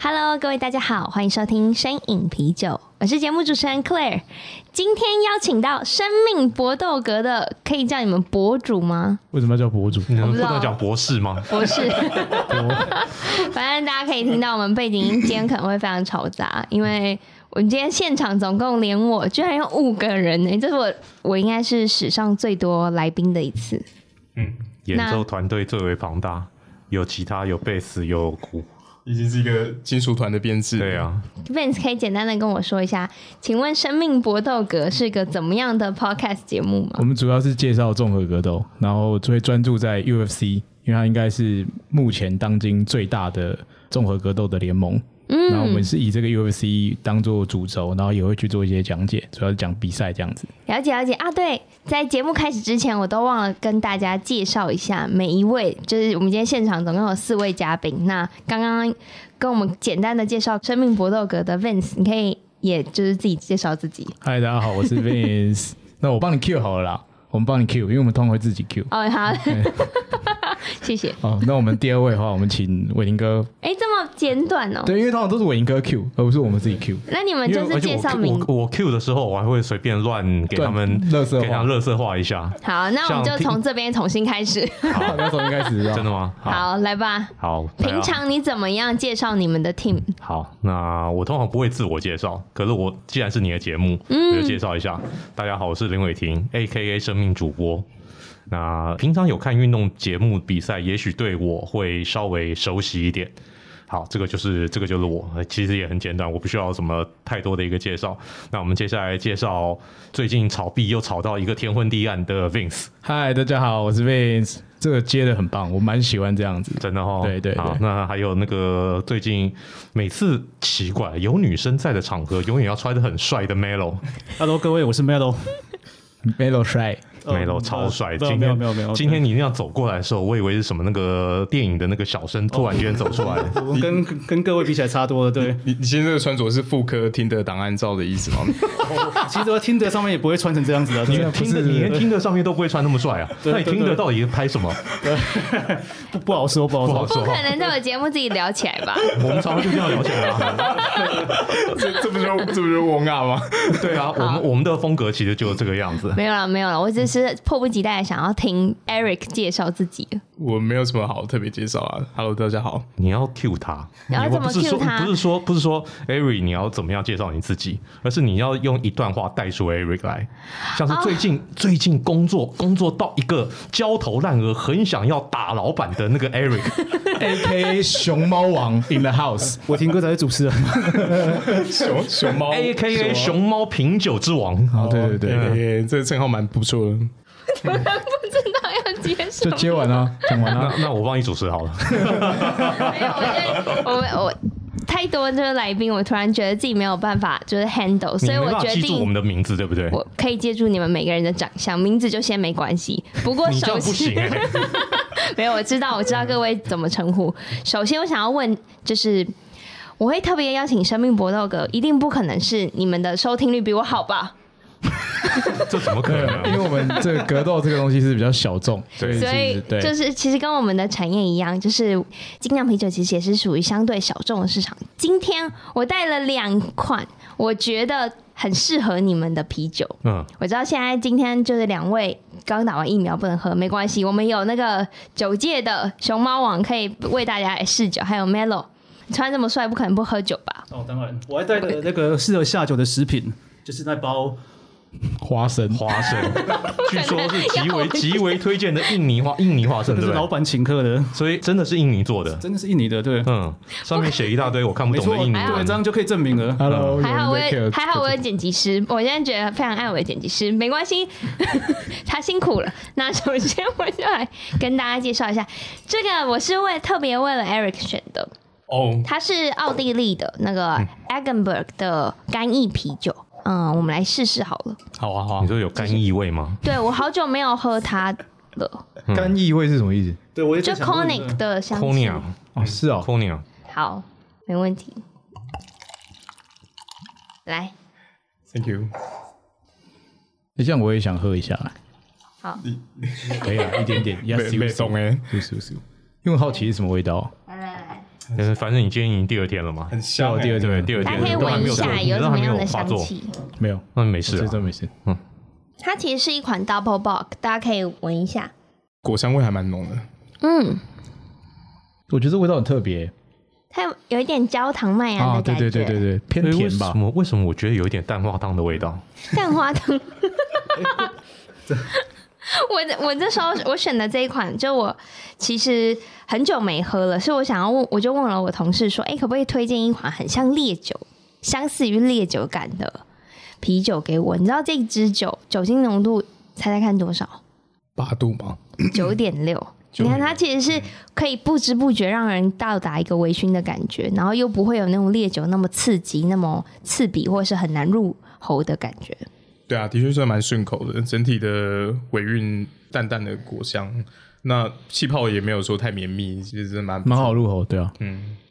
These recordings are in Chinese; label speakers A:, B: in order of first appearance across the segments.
A: Hello，各位大家好，欢迎收听《深饮啤酒》，我是节目主持人 Claire。今天邀请到生命搏斗格的，可以叫你们博主吗？
B: 为什么要叫博主？
C: 你们
A: 不
C: 不
A: 知道
C: 能讲博士吗？
A: 博士，反正大家可以听到我们背景音，今天可能会非常嘈杂，因为我们今天现场总共连我居然有五个人呢、这是我我应该是史上最多来宾的一次。
C: 嗯，演奏团队最为庞大，有吉他，有贝斯，有鼓。
D: 已经是一个金属团的编制。
C: 对，啊，
A: Vince 可以简单的跟我说一下，请问《生命搏斗格》是个怎么样的 podcast 节目吗
B: 我？们主要是介绍综合格斗，然后就会专注在 UFC，因为它应该是目前当今最大的综合格斗的联盟。嗯，然后我们是以这个 UFC 当做主轴，然后也会去做一些讲解，主要是讲比赛这样子。
A: 了解了解啊，对，在节目开始之前，我都忘了跟大家介绍一下每一位，就是我们今天现场总共有四位嘉宾。那刚刚跟我们简单的介绍《生命搏斗格》的 Vince，你可以也就是自己介绍自 己
B: 嗨，大家好，我是 Vince。那我帮你 Q 好了啦，我们帮你 Q，因为我们通常会自己 Q。
A: 哦，好，谢谢。
B: 哦，那我们第二位的话，我们请伟宁哥，
A: 哎，这么简短哦，
B: 对，因为通常都是伟宁哥 Q，而不是我们自己 Q。
A: 那你们
C: 因为
A: 就是
C: 而且
A: 介
C: 我
A: 绍名
C: 我我 Q 的时候，我还会随便乱给他们
B: 对垃圾化
C: 给他们乐色化一下。
A: 好，那我们就
C: 像听
A: 从这边重新开始。
B: 好，那从一开 始，
C: 真的吗？
A: 好，来吧。
C: 好，对啊
A: 平常你怎么样介绍你们的 team？
C: 好，那我通常不会自我介绍，可是我既然是你的节目，我就介绍一下。大家好，我是林伟霆，A K A 生命主播。那平常有看运动节目比赛，也许对我会稍微熟悉一点。好，这个就是这个就是我，呃其实也很简单，我不需要什么太多的一个介绍。那我们接下来介绍最近炒币又炒到一个天昏地暗的 Vince，
B: 嗨，大家好，我是 Vince。这个接的很棒，我蛮喜欢这样子。
C: 真的哈，
B: 对对对
C: 好，那还有那个最近每次奇怪有女生在的场合，永远要穿的很帅的 Melo。
E: Hello，各位，我是 Melo。
B: Melo 帅，
C: 没有
E: 嗯
C: 超帅。
E: 没有
C: 今
E: 没有
C: 天
E: 没有没有，
C: 今天你那样走过来的时候，我以为是什么那个电影的那个小生突然间走出 来。
E: 我们跟跟跟各位比起来差多了。对，
D: 你你现在这个穿着是妇科听的档案照的意思 吗？
E: 其实我听得上面也不会穿成这样子的。
C: 你
E: 对
C: 连
B: 不
C: 听
B: 是
C: 的，你连听的上面都不会穿那么帅啊？
E: 对
C: 那你
E: 对
C: 听的
E: 对
C: 到底拍什么？
E: 不不好说，不好
C: 不好
E: 说。
A: 不
C: 说
A: 可。能在我节目自己聊起来吧？
C: 我们常常就这样聊起来 啊。
D: 这这不就这不就是我啊吗？
C: 对啊，我们我们的风格其实就是这个样子。
A: 没有了，没有了，我只是
C: 嗯
A: 迫不及待地想要听 Eric 介绍自己。
D: 我没有什么好特别介绍啊。Hello，大家好，
C: 你要 cue 他，
A: 你要怎么
C: 不是
A: cue
C: 说
A: 他
C: 不是说不是说 Eric 你要怎么样介绍你自己，而是你要用一段话带出 Eric 来，像
A: 哦
C: 是最近、最近工作工作到一个焦头烂额，很想要打老板的那个 Eric，
B: A K A 熊猫王 in the house，
E: 我听歌才是主持人，
D: 熊 熊猫
C: A K A
D: 猫
C: 熊猫品酒之王。
B: 哦，对对对，
D: 对，哎这个称号蛮不错的。
A: 我也不知道要接什
B: 就
A: 么。
B: 接哦完了，讲完了。
C: 那那我帮你主持好 了，
A: 没有，我觉得我们我太多就是来宾，我突然觉得自己没有办法就是 handle，
C: 你
A: 所以
C: 没
A: 我
C: 办法
A: 决
C: 记住我
A: 定
C: 们的名字，对不对？
A: 我可以借助你们每个人的长相，名字就先没关系。不过
C: 你这
A: 首
C: 样不
A: 先
C: 行哎、
A: 没有，我知道，我知道各位怎么称呼。首先，我想要问，就是我会特别邀请生命搏斗哥，一定不可能是你们的收听率比我好吧？
C: 这怎么可
B: 对，
C: 能
B: 因为
C: 啊？
B: 我们这个格斗这个东西是比较小众，所以
A: 所
B: 其
A: 以
B: 实对，
A: 就是其实跟我们的产业一样，就是精酿啤酒其实也是属于相对小众的市场。今天我带了两款，我觉得很适合你们的啤酒。
C: 嗯，
A: 我知道现在今天就是两位刚打完疫苗不能喝，没关系，我们有那个酒界的熊猫网可以为大家来试酒，还有 Melo，你穿这么帅，不可能不喝酒吧？
E: 哦，当然，我还带了那个适合下酒的食品，就是那包
B: 花生，
C: 花生，据说是极为极为推荐的印尼花印尼花生，
E: 这
C: 对
E: 是
C: 不
E: 老
C: 对？
E: 板请客的，
C: 所以真的是印尼做的，
E: 真的是印尼的，对，
C: 嗯，上面写一大堆我看不
E: 没
C: 懂
E: 错，
C: 的印尼
E: 对，
C: 文
E: 这。样就可以哎证明了。
B: Hello，
A: 嗯还好
B: 有
A: 我
B: 人在
A: 有
B: care
A: 还好我有剪辑师，我现在觉得非常爱我的剪辑师，没关系， 他辛苦了。那首先我就来跟大家介绍一下，这个我是为特别为了 Eric 选的。
D: 哦，
A: 它是奥地利的那个
C: 嗯
A: a g e n b e r g 的干邑啤酒。嗯，我们来试试好了。
D: 好啊好啊
C: 你，说有干异味吗？
A: 对我好久没有喝它了，
B: 干异味是什么意思？
E: 对我也
A: 就
E: 在想
A: c o
E: 问
A: n
E: 这
A: i
E: 个
A: c 的香
C: c o n
A: 气
C: i。a
B: 哦，是
C: c
B: 哦，
C: o n i a
A: 好，没问题。来，
D: Thank you。
B: 这样我也想喝一下。
A: 好，
B: 可以啊，一点点，要
D: 没没懂哎，
B: 是是是，因为好奇是什么味道，哦
A: 来来来，
C: 但是反正你今天已经第二天了嘛，
D: 很香欸。
B: 第二
C: 对，啊
B: 天
C: 第二
A: 大
C: 天
A: 家可以
C: 都还
A: 闻
C: 没
A: 一
C: 有做
A: 下
C: 你
A: 有
C: 都
A: 什
C: 还
A: 么
C: 没
A: 样
C: 有
A: 的
C: 发
A: 香
C: 作，
A: 气。
B: 没有，
C: 那没事
B: 这
C: 啊。
B: 真没事。
A: 它其实是一款 double bock，大家可以闻一下。
D: 果香味还蛮浓的，
A: 嗯，
B: 我觉得这味道很特别
A: 它有有一点焦糖麦芽
B: 啊，
A: 的
B: 对
A: 哎感觉，
B: 对对对对，偏
C: 哎为
B: 甜
C: 什
B: 吧？
C: 么？为什么我觉得有一点蛋花汤的味道？
A: 蛋花 汤。我这 我这时候我选的这一款，就我其实很久没喝了，所以我想要问，我就问了我同事说，哎、可不可以推荐一款很像烈酒，相似于烈酒感的啤酒给我？你知道这支酒酒精浓度，猜猜看多少？
D: 八度嘛，
A: 嗯九点六。你看，它其实是可以不知不觉让人到达一个微醺的感觉，然后又不会有那种烈酒那么刺激、那么刺鼻，或是很难入喉的感觉。
D: 对啊，的确算蛮顺口的，整体的尾韵淡淡的果香，那气泡也没有说太绵密，其实真的蛮
B: 蛮好。入口，对啊，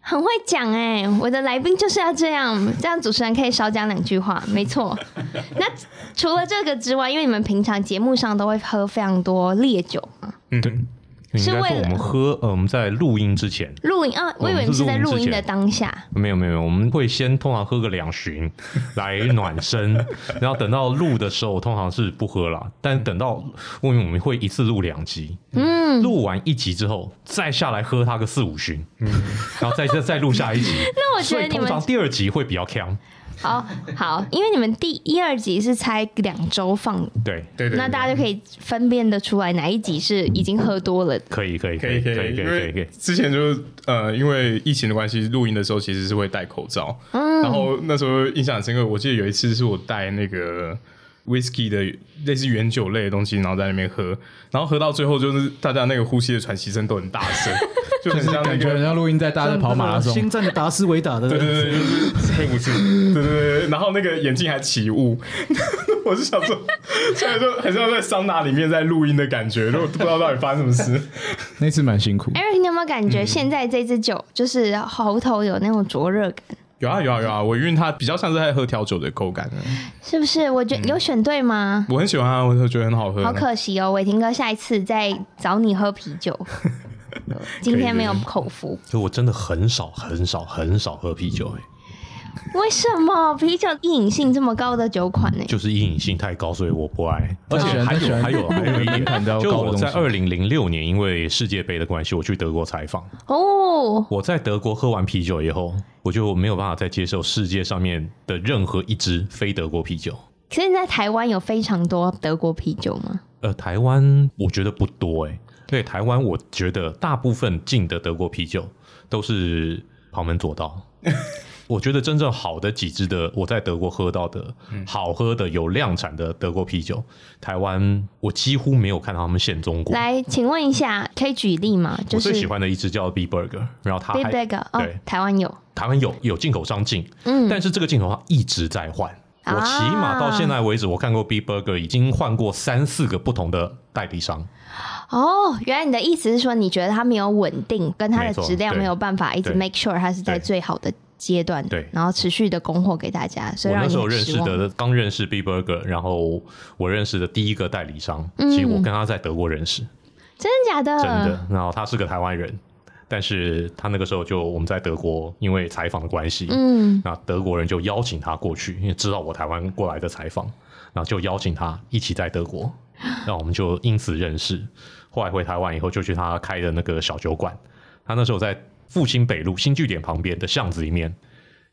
A: 很会讲哎、我的来宾就是要这样，这样主持人可以少讲两句话，没 错。那除了这个之外，因为你们平常节目上都会喝非常多烈酒嘛，
C: 嗯应
A: 是
C: 该
A: 为
C: 说
A: 了
C: 我们喝，呃，我们在录音之前，
A: 录影啊，我以为你是在录音的当下，
C: 没有没有，没有我们会先通常喝个两巡来暖身，然后等到录的时候，通常是不喝了。但等到因为我们会一次录两集，嗯，录完一集之后再下来喝它个四五巡，嗯，然后再再再录下一集。
A: 那我觉
C: 所
A: 得
C: 以
A: 你
C: 通
A: 们
C: 常第二集会比较强，
A: 好好，因为你们第一二集是才两周放
C: 对，
D: 对对，
A: 那大家就可以分辨得出来哪一集是已经喝多了。
C: 可以可以
D: 可
C: 可
D: 以
C: 以
D: 可
C: 可
D: 以
C: 以可以
D: 因
C: 可以可
D: 为
C: 以。
D: 之前就是呃，因为疫情的关系，录音的时候其实是会戴口罩，然后那时候印象很深刻，我记得有一次是我带那个 whisky 的类似原酒类的东西，然后在那边喝，然后喝到最后就是大家那个呼吸的喘息声都很大声，就很
B: 就是
D: 像那
B: 感觉
D: 个
B: 人家录音带大家在跑马拉松
E: 星，战的达斯维达的，
D: 对对对，就是黑武士，对对对对，然后那个眼镜还起雾，我是想说，虽然说很像在桑拿里面在录音的感觉，就不知道到底发生什么事。
B: 那次蛮辛苦。
A: Eric，你有没有感
C: 嗯
A: 觉现在这支酒就是喉头有那种灼热感？
D: 有啊有啊有啊，我因为它比较像是在喝调酒的口感，啊
A: 是不是？我觉
C: 嗯
A: 得有选对吗？
D: 我很喜欢啊，我觉得很好喝。
A: 好可惜哦，伟霆哥，下一次再找你喝啤 酒。今天没有口福，
C: 就我真的很少很少很少喝啤酒、欸，
A: 为什么啤酒易饮性这么高的酒款呢？
C: 就是阴影性太高，所以我不爱。而
B: 他喜
C: 且
B: 欢
C: 还
B: 他喜
C: 有
B: 欢
C: 还有还有
B: 门
C: 一点
B: 槛比较，
C: 就
B: 高的
C: 我
B: 东
C: 在
B: 西
C: 二零零六年因为世界杯的关系，我去德国采访。
A: 哦，
C: 我在德国喝完啤酒以后，我就没有办法再接受世界上面的任何一支非德国啤酒。
A: 所以你在台湾有非常多德国啤酒吗？
C: 呃，台湾我觉得不多哎、对，台湾我觉得大部分进的德国啤酒都是旁门左道。我觉得真正好的几支的，我在德国喝到的、好喝的有量产的德国啤酒，台湾我几乎没有看到他们现中过。
A: 来，请问一下，可以举例吗？就
C: 我
A: 是
C: 最喜欢的一支叫 B Burger，然后它
A: Big
C: 还
A: Bag 哦
C: 对，
A: 台湾有，
C: 台湾有有进口商进，嗯，但是这个进口商一直在换。我
A: 啊
C: 起码到现在为止，我看过 B Burger 已经换过三四个不同的代理商，
A: 哦，原来你的意思是说，你觉得它没有稳定，跟它的
C: 没错
A: 质量
C: 对
A: 没有办法一直
C: 对
A: make sure 它是在
C: 对
A: 最好的阶段，
C: 对
A: 然后持续的供货给大家，所以
C: 我
A: 让
C: 那
A: 你
C: 时候
A: 啊很
C: 认
A: 失
C: 识
A: 望。
C: 的，刚认识 B Burger，然后我认识的第一个代理商，
A: 嗯
C: 其实我跟他在德国认识，
A: 真的假的？
C: 真的。然后他是个台湾人，但是他那个时候就我们在德国，因为采访的关系，
A: 嗯，
C: 那德国人就邀请他过去，因为知道我台湾过来的采访，然后就邀请他一起在德国，那我们就因此认识。后来回台湾以后，就去他开的那个小酒馆，他那时候在复兴北路新据点旁边的巷子里面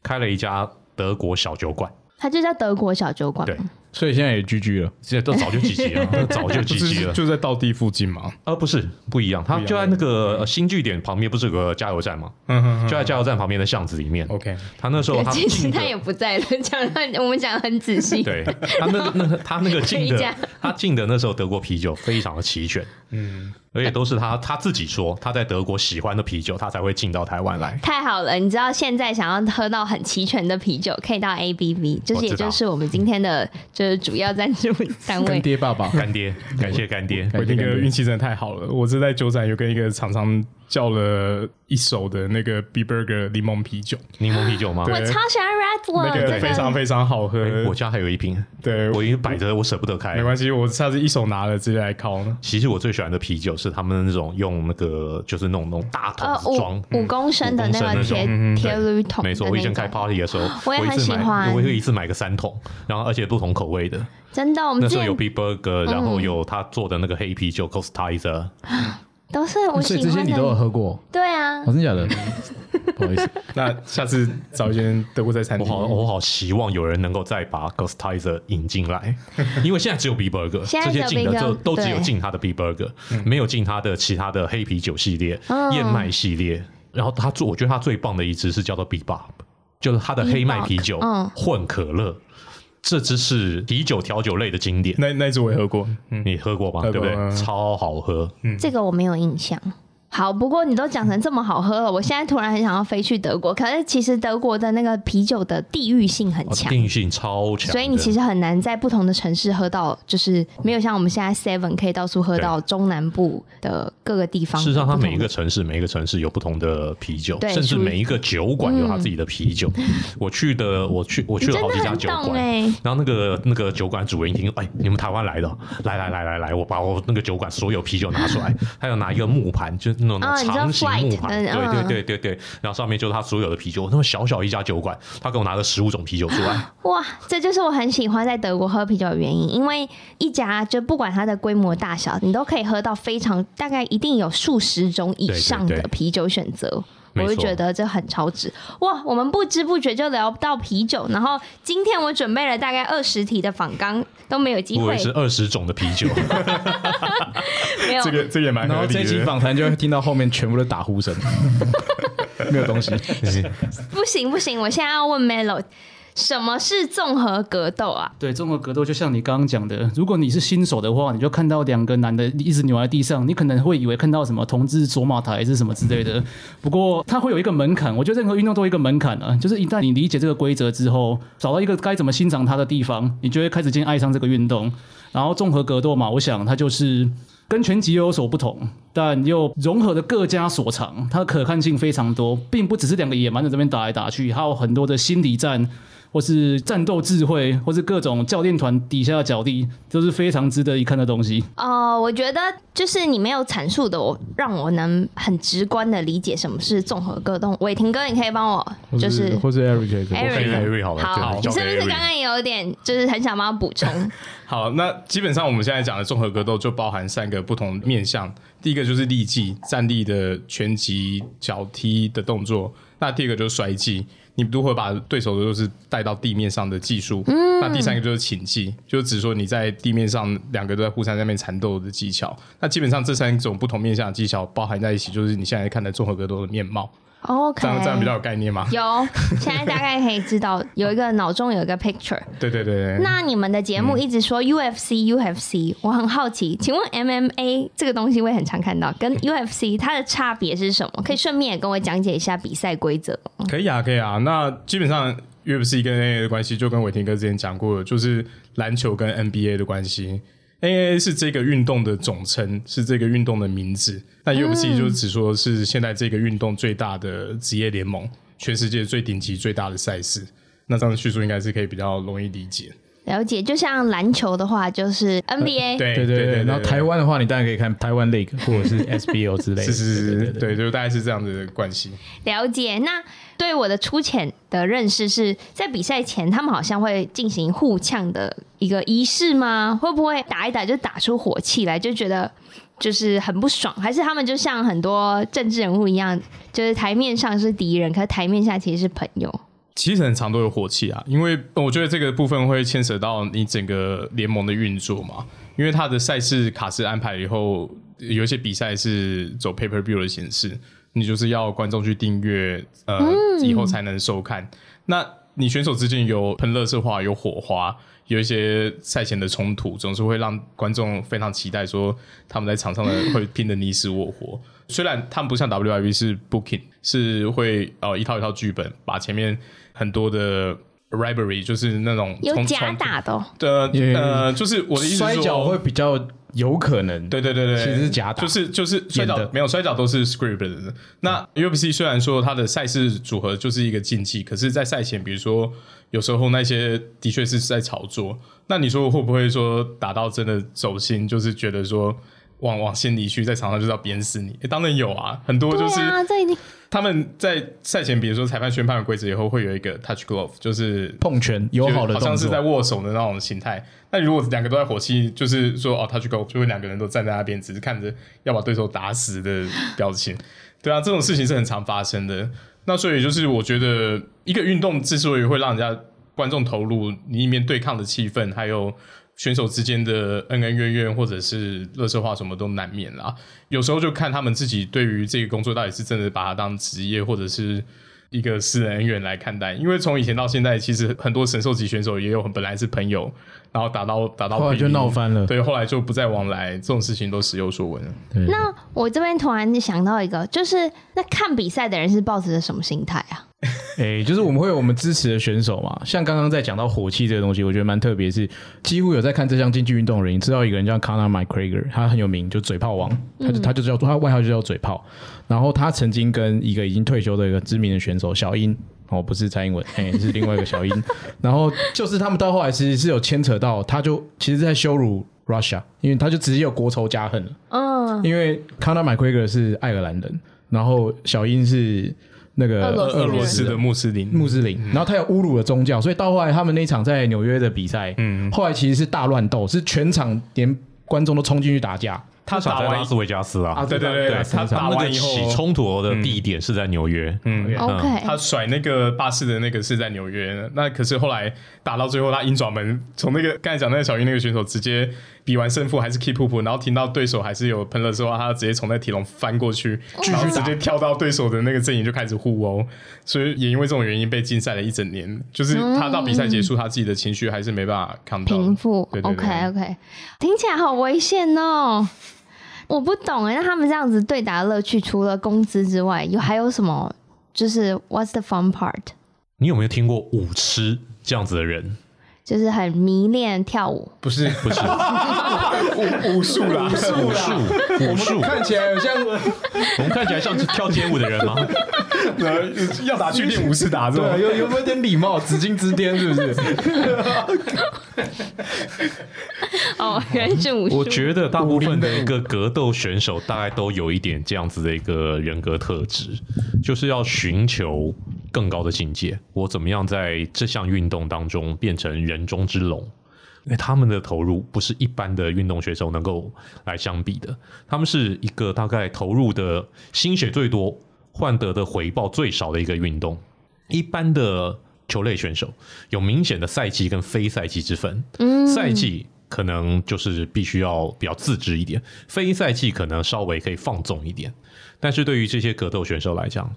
C: 开了一家德国小酒馆，
A: 它就叫德国小酒馆。
C: 对，
B: 所以现在也 GG 了。
C: 现在都早就几级了，都早就
D: 就
C: 几级
D: 是
C: 了。
D: 就在道地附近嘛。
C: 啊，不是不一样，它就在那个呃新据点旁边，不是有个加油站吗？
D: 嗯哼
C: 就在加油站旁边的巷子里面。
D: ，OK，
C: 他那 时候他
A: 其实
C: 进
A: 他也
C: 的，
A: 不在了，讲到我们讲得很仔细。
C: 对他那个那个他那个进
A: 可以讲
C: 的，他进的那时候德国啤酒非常的齐全，
D: 嗯，
C: 而且都是他他自己说他在德国喜欢的啤酒，他才会进到台湾来。
A: 太好了！你知道现在想要喝到很齐全的啤酒，可以到 ABV，就是
C: 我
A: 也
C: 知道
A: 就是我们今天的就是主要赞助单
B: 干
A: 位。
B: 爹爸爸，
C: 干爹，感谢干爹。
D: 我那
B: 感
D: 个
B: 觉
D: 运气真的太好了，我是在九展有跟一个厂商叫了一手的那个 B Burger 柠檬啤酒，
C: 柠檬啤酒吗？
A: 我
D: 对
A: 超喜欢 Redwood，、
D: 那个
A: 真
D: 非常
A: 的。
D: 非常好喝。
C: 哎我家还有一瓶，
D: 对，
C: 我已经摆着，我舍不得开
D: 没。关系，我下次一手拿了直接来烤呢。
C: 其实我最喜欢的啤酒是他们那种用那个就是那种那种大桶
A: 呃，
C: 子装。嗯
A: 五五公升的
C: 五公
A: 那
C: 升
A: 个
C: 那种
A: 铁
C: 嗯
A: 铁铝桶的
C: 没
A: 那
C: 错，
A: 种，
C: 我以前开 party 的时候，
A: 我也很
C: 一次买
A: 喜欢
C: 我会一次买个三桶，然后而且不同口味的。
A: 真的，我们
C: 那
A: 之
C: 时候
A: 前
C: 有 Big Burger，然
A: 嗯
C: 后有他做的那个黑啤酒 Costizer，
A: 都是我
B: 所以
A: 喜
B: 这些
A: 欢
B: 你都有
A: 的。
B: 喝过？
A: 对啊
B: 哦，，真的假的？ 不好意思，
D: 那下次找一间德国菜餐
C: 我
D: 厅，
C: 好我好希望有人能够再把 Costizer 引进来， 因为现在只有 Big Burger，
A: 现在
C: 这
A: 只有
C: 些进的
A: Big
C: 就
A: Burger，
C: 都只有
A: 对
C: 进他的 Big Burger，没有进他的其他的黑啤酒系列、
A: 嗯
C: 燕麦系列。然后他做，我觉得他最棒的一支是叫做 Bebop，就是他的黑麦啤酒
A: Bebop，嗯
C: 混可乐，这支是啤酒调酒类的经典。
D: 那那一只我也喝过，嗯，
C: 你喝过吗？
D: 喝过
C: 对不对
D: 嗯？
C: 超好喝，
A: 这个我没有印象。好，不过你都讲成这么好喝了，我现在突然很想要飞去德国。可是其实德国的那个啤酒的哦地域性很强，
C: 哦定性超强的。
A: 所以你其实很难在不同的城市喝到，就是没有像我们现在 Seven 可以到处喝到中南部的各个地方。
C: 事实上，它每一个城市，每一个城市有不同的啤酒，
A: 对
C: 甚至
A: 属于嗯
C: 每一个酒馆有它自己的啤酒。 我去的，我去，我去了好几家酒
A: 你真的很懂
C: 馆，
A: 欸
C: 然后那个那个酒馆主人一听，哎，你们台湾来的哦，来来来来来，我把我那个酒馆所有啤酒拿出来，他有拿一个木盘，就是那种
A: 哦你知道
C: 长形
A: flight
C: 木盘，
A: 的
C: 对
A: 嗯
C: 对对对对，然后上面就是他所有的啤酒。那么小小一家酒馆，他给我拿了十五种啤酒出来，
A: 哇，这就是我很喜欢在德国喝啤酒的原因，因为一家就不管它的规模大小，你都可以喝到非常大概一定有数十种以上
C: 对
A: 的
C: 对对
A: 啤酒选择。我
C: 没
A: 就
C: 错
A: 觉得这很超值哇！我们不知不觉就聊到啤酒，然后今天我准备了大概二十题的访纲都没有机
C: 我
A: 会
C: 以为，是二十种的啤酒。
A: 没有
D: 这个这个也蛮
B: 然
D: 合
B: 后
D: 理
B: 这一期
D: 的。
B: 访谈就会听到后面全部都打呼声，没有东 西。
A: 不行不行，我现在要问 Melo，什么是综合格斗啊？
E: 对，综合格斗就像你刚刚讲的，如果你是新手的话，你就看到两个男的一直扭在地上，你可能会以为看到什么同志卓玛台还是什么之类的。不过它会有一个门槛，我觉得任何运动都有一个门槛啊，就是一旦你理解这个规则之后，找到一个该怎么欣赏它的地方，你就会开始渐爱上这个运动。然后综合格斗嘛，我想它就是。跟拳击又有所不同，但又融合了各家所长，它的可看性非常多，并不只是两个野蛮人这边打来打去，还有很多的心理战，或是战斗智慧，或是各种教练团底下的脚力，都是非常值得一看的东西。
A: 哦、我觉得就是你没有阐述的，我让我能很直观的理解什么是综合格斗。伟霆哥，你可以帮我就
B: 或
A: 是
B: 是或是 Eric 也可以
A: Eric
C: 可以，Eric 好了，
A: 好，
C: 对
A: 你
C: 交
A: 是
C: 给
A: 不是
C: Eric
A: 刚刚也有点就是很想帮我补充？
D: 好，那基本上我们现在讲的综合格斗就包含三个不同面向，第一个就是力技，站立的拳击、脚踢的动作；那第二个就是摔技，你如何把对手的就是带到地面上的技术；
B: 嗯
D: 那第三个就是擒技，就是指说你在地面上两个都在互相在那边缠斗的技巧。那基本上这三种不同面向的技巧包含在一起，就是你现在看的综合格斗的面貌，这
A: OK，
D: 样这样比较有概念吗？
A: 有，现在大概可以知道有一个脑中有一个 picture。
D: 对对对对。
A: 那你们的节目一直说 UFC、UFC，我很好奇，请问 MMA 这个东西我也很常看到，跟 UFC 它的差别是什么？可以顺便也跟我讲解一下比赛规则吗。
D: 可以啊，可以啊。那基本上 UFC 跟 AA 的关系，就跟伟霆哥之前讲过的，就是篮球跟 NBA 的关系。AA 是这个运动的总称，是这个运动的名字。那 UFC 就是只说是现在这个运动最大的职业联盟，全世界最顶级、最大的赛事。那这样的叙述应该是可以比较容易理解。
A: 了解，就像篮球的话，就是 NBA，、
D: 嗯对
B: 对对
D: 对
B: 对，然后台湾的话，你当然可以看台湾 League 或者 是 SBL 之类的。
D: 是是是
B: 对
D: 是，，对，就大概是这样子的关系。
A: 了解。那对我的粗浅的认识是在比赛前，他们好像会进行互呛的一个仪式吗？会不会打一打就打出火气来，就觉得就是很不爽？还是他们就像很多政治人物一样，就是台面上是敌人，可是台面下其实是朋友？
D: 其实很常都有火气啊，因为我觉得这个部分会牵扯到你整个联盟的运作嘛，因为它的赛事卡式安排以后，有一些比赛是走 pay per view 的形式，你就是要观众去订阅，呃，
F: 嗯
D: 以后才能收看。那你选手之间有喷乐色话，有火花，有一些赛前的冲突，总是会让观众非常期待，说他们在场上的会拼得你死我活。 虽然他们不像 WIB 是 booking，是会呃一套一套剧本，把前面很多的 rivalry 就是那种
F: 有
D: 冲
F: 假打的哦、
D: 的
B: 也
D: 呃，就是我的意思是说
B: 摔跤会比较有可能，
D: 对对对对，
B: 其实是假打
D: 就是就是摔
B: 演
D: 跤
B: 的
D: 没有摔跤都是 script 的。那 UFC 虽然说它的赛事组合就是一个竞技，可是，在赛前，比如说有时候那些的确是在炒作。那你说会不会说打到真的走心，就是觉得说往往心里去，在场上就是要鞭死你？诶当然有啊，很多就是、
F: 对啊，这一定
D: 他们在赛前，比如说裁判宣判的规则以后，会有一个 touch glove，就是
B: 碰拳友好的动作，
D: 好像是在握手的那种形态。那如果两个都在火气，就是说哦，他去 go，就会两个人都站在那边，只是看着要把对手打死的表情。对啊，这种事情是很常发生的。那所以就是我觉得一个运动之所以会让人家观众投入，你里面对抗的气氛，还有选手之间的恩恩怨怨，或者是热色话，什么都难免啦。有时候就看他们自己对于这个工作到底是真的把它当职业，或者是一个私人恩怨来看待。因为从以前到现在，其实很多神兽级选手也有本来是朋友，然后打到打到
B: 后来就
D: 平民
B: 闹翻了
D: 对，后来就不再往来，这种事情都时有所闻了。
B: 对
F: 那我这边突然想到一个，就是那看比赛的人是抱着什么心态啊？
B: 诶、哎就是我们会有我们支持的选手嘛，像刚刚在讲到火气这个东西，我觉得蛮特别，是几乎有在看这项竞技运动的人，你知道一个人叫 Conor McGregor，他很有名，就嘴炮王，他
F: 嗯
B: 就他就叫他外号就叫嘴炮，然后他曾经跟一个已经退休的一个知名的选手小英。哦，不是蔡英文，哎、是另外一个小英。 然后就是他们到后来其实是有牵扯到，他就其实在羞辱 Russia，因为他就直接有国仇家恨了。
F: 嗯，
B: 因为康纳麦奎格是爱尔兰人，然后小英是那个
F: 俄罗斯人
D: 俄罗斯的穆斯林，
B: 穆斯林，然后他有侮辱了宗教，所以到后来他们那一场在纽约的比赛，嗯，后来其实是大乱斗，是全场连观众都冲进去打架，
D: 他
C: 场
D: 打
C: 在拉
D: 完
C: 斯维加斯啊，
B: 啊
D: 对对对
B: 对他
D: 他打
C: 那
D: 完
C: 个
D: 以
C: 起
D: 后，
C: 冲突的地点是在纽约，
D: 嗯
F: OK，
D: 他甩那个巴士的那个是在纽约，那可是后来打到最后，他鹰爪门从那个刚才讲那个小鹰那个选手直接比完胜负还是 keep up，然后听到对手还是有喷了之后，他直接从那铁笼翻过去，
F: 嗯
D: 然后直接跳到对手的那个阵营就开始互殴，所以也因为这种原因被禁赛了一整年，就是他到比赛结束，他自己的情绪还是没办法扛到
F: 平复。
D: 对对对
F: OK OK，听起来好危险哦。我不懂哎，那他们这样子对打的乐趣，除了工资之外，有还有什么？就是 What's the fun part？
C: 你有没有听过舞痴这样子的人？
F: 就是很迷恋跳舞。
D: 不是
C: 不 是啊
D: 武武术啦，武术
C: 武术，武术，
B: 看起来有像
C: 我们看起来像是跳街舞的 人吗？
D: 要打去练武士打这种
B: 对，啊 有有没有点礼貌，紫禁之巅是不是？
F: 哦，原来是武术。
C: 我觉得大部分的一个格斗选手大概都有一点这样子的一个人格特质，就是要寻求更高的境界。我怎么样在这项运动当中变成人中之龙？因为他们的投入不是一般的运动选手能够来相比的，他们是一个大概投入的心血最多、换得的回报最少的一个运动。一般的球类选手有明显的赛季跟非赛季之分，
F: 嗯
C: 赛季可能就是必须要比较自制一点，非赛季可能稍微可以放纵一点。但是对于这些格斗选手来讲，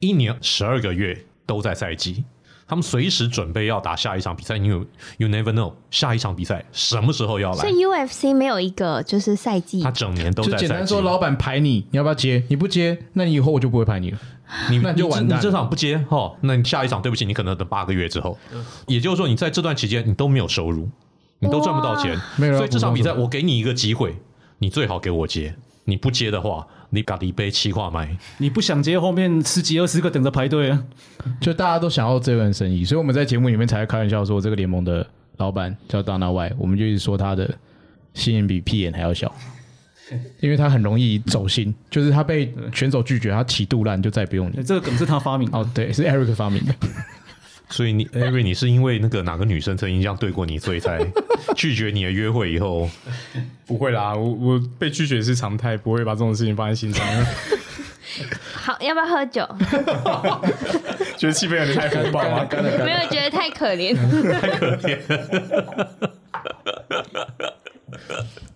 C: 一年十二个月都在赛季，他们随时准备要打下一场比赛。你有 you never know 下一场比赛什么时候要
F: 所
C: 来
F: 以，UFC 没有一个就是赛季
C: 他整年 都
B: 就
C: 在赛季。
B: 简单说，老板排你，你要不要接？你不接，那你以后我就不会排 你了。
C: 你
B: 那就
C: 你这
B: 完蛋
C: 你这场不接哈、哦，那你下一场对不起，你可能等八个月之后。
B: 嗯
C: 也就是说，你在这段期间你都没有收入，你都赚不到钱，
B: 没有人要
C: 所以这场比赛
B: 补偿什么
C: 我给你一个机会，你最好给我接。你不接的话，你把一杯气化麦。
E: 你不想接，后面十几二十个等着排队啊。
B: 就大家都想要这份生意，所以我们在节目里面才会开玩笑说，这个联盟的老板叫 Dana White，我们就一直说他的心眼比屁眼还要 小，因为他很容易走心，就是他被选手拒绝，他起肚烂就再也不用你。
E: 哎这个梗是他发明的
B: 哦，，对，是 Eric 发明的，
C: 所以你艾瑞，你是因为那个哪个女生曾经这样对过你，所以才 拒绝你的约会以后，
D: 不会啦，我我被拒绝是常态，不会把这种事情放在心上。
F: 好，要不要喝酒？
D: 觉得气氛有点太火爆
B: 干了
D: 了。
B: 干了干
F: 没
B: 了，
F: 有觉得太可怜，
C: 太可怜了。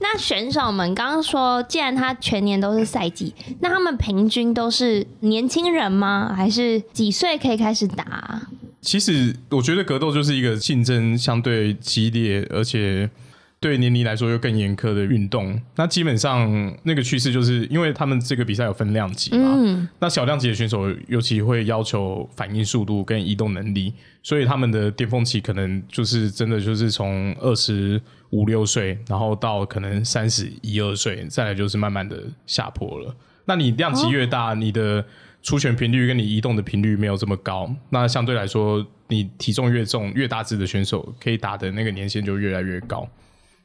F: 那选手们刚刚说，既然他全年都是赛季，那他们平均都是年轻人吗？还是几岁可以开始打啊？
D: 其实我觉得格斗就是一个竞争相对激烈，而且对年龄来说又更严苛的运动。那基本上那个趋势就是，因为他们这个比赛有分量级嘛，
F: 嗯，
D: 那小量级的选手尤其会要求反应速度跟移动能力，所以他们的巅峰期可能就是真的就是从二十五六岁，然后到可能三十一二岁，再来就是慢慢的下坡了。那你量级越大，你的出拳频率跟你移动的频率没有这么高，那相对来说，你体重越重、越大只的选手，可以打的那个年限就越来越高。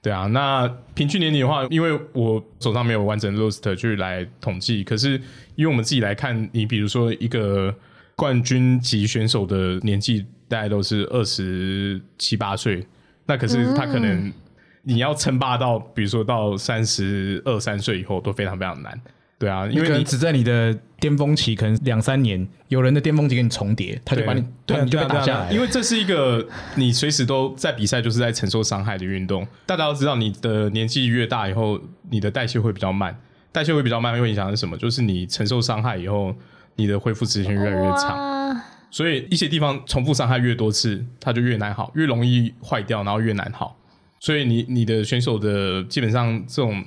D: 对啊，那平均年龄的话，因为我手上没有完整的 roster 去来统计，可是因为我们自己来看，你比如说一个冠军级选手的年纪大概都是二十七八岁，那可是他可能你要称霸到，比如说到三十二三岁以后都非常非常难。对啊，因
B: 因
D: 为
B: 为你
D: 你
B: 只在你的巅峰期，可能两三年，有人的巅峰期跟你重叠，他就把你，
D: 对
B: 对，
D: 啊
B: 你就被
D: 对
B: 打
D: 啊
B: 下来了，
D: 因为这是一个你随时都在比赛，就是在承受伤害的运动。大家都知道，你的年纪越大以后，你的代谢会比较慢，代谢会比较慢，会影响是什么？就是你承受伤害以后，你的恢复时间越来越
A: 哦
D: 长。
F: 哇，
D: 所以一些地方重复伤害越多次，它就越难好，越容易坏掉，然后越难好。所以你你的选手的基本上这种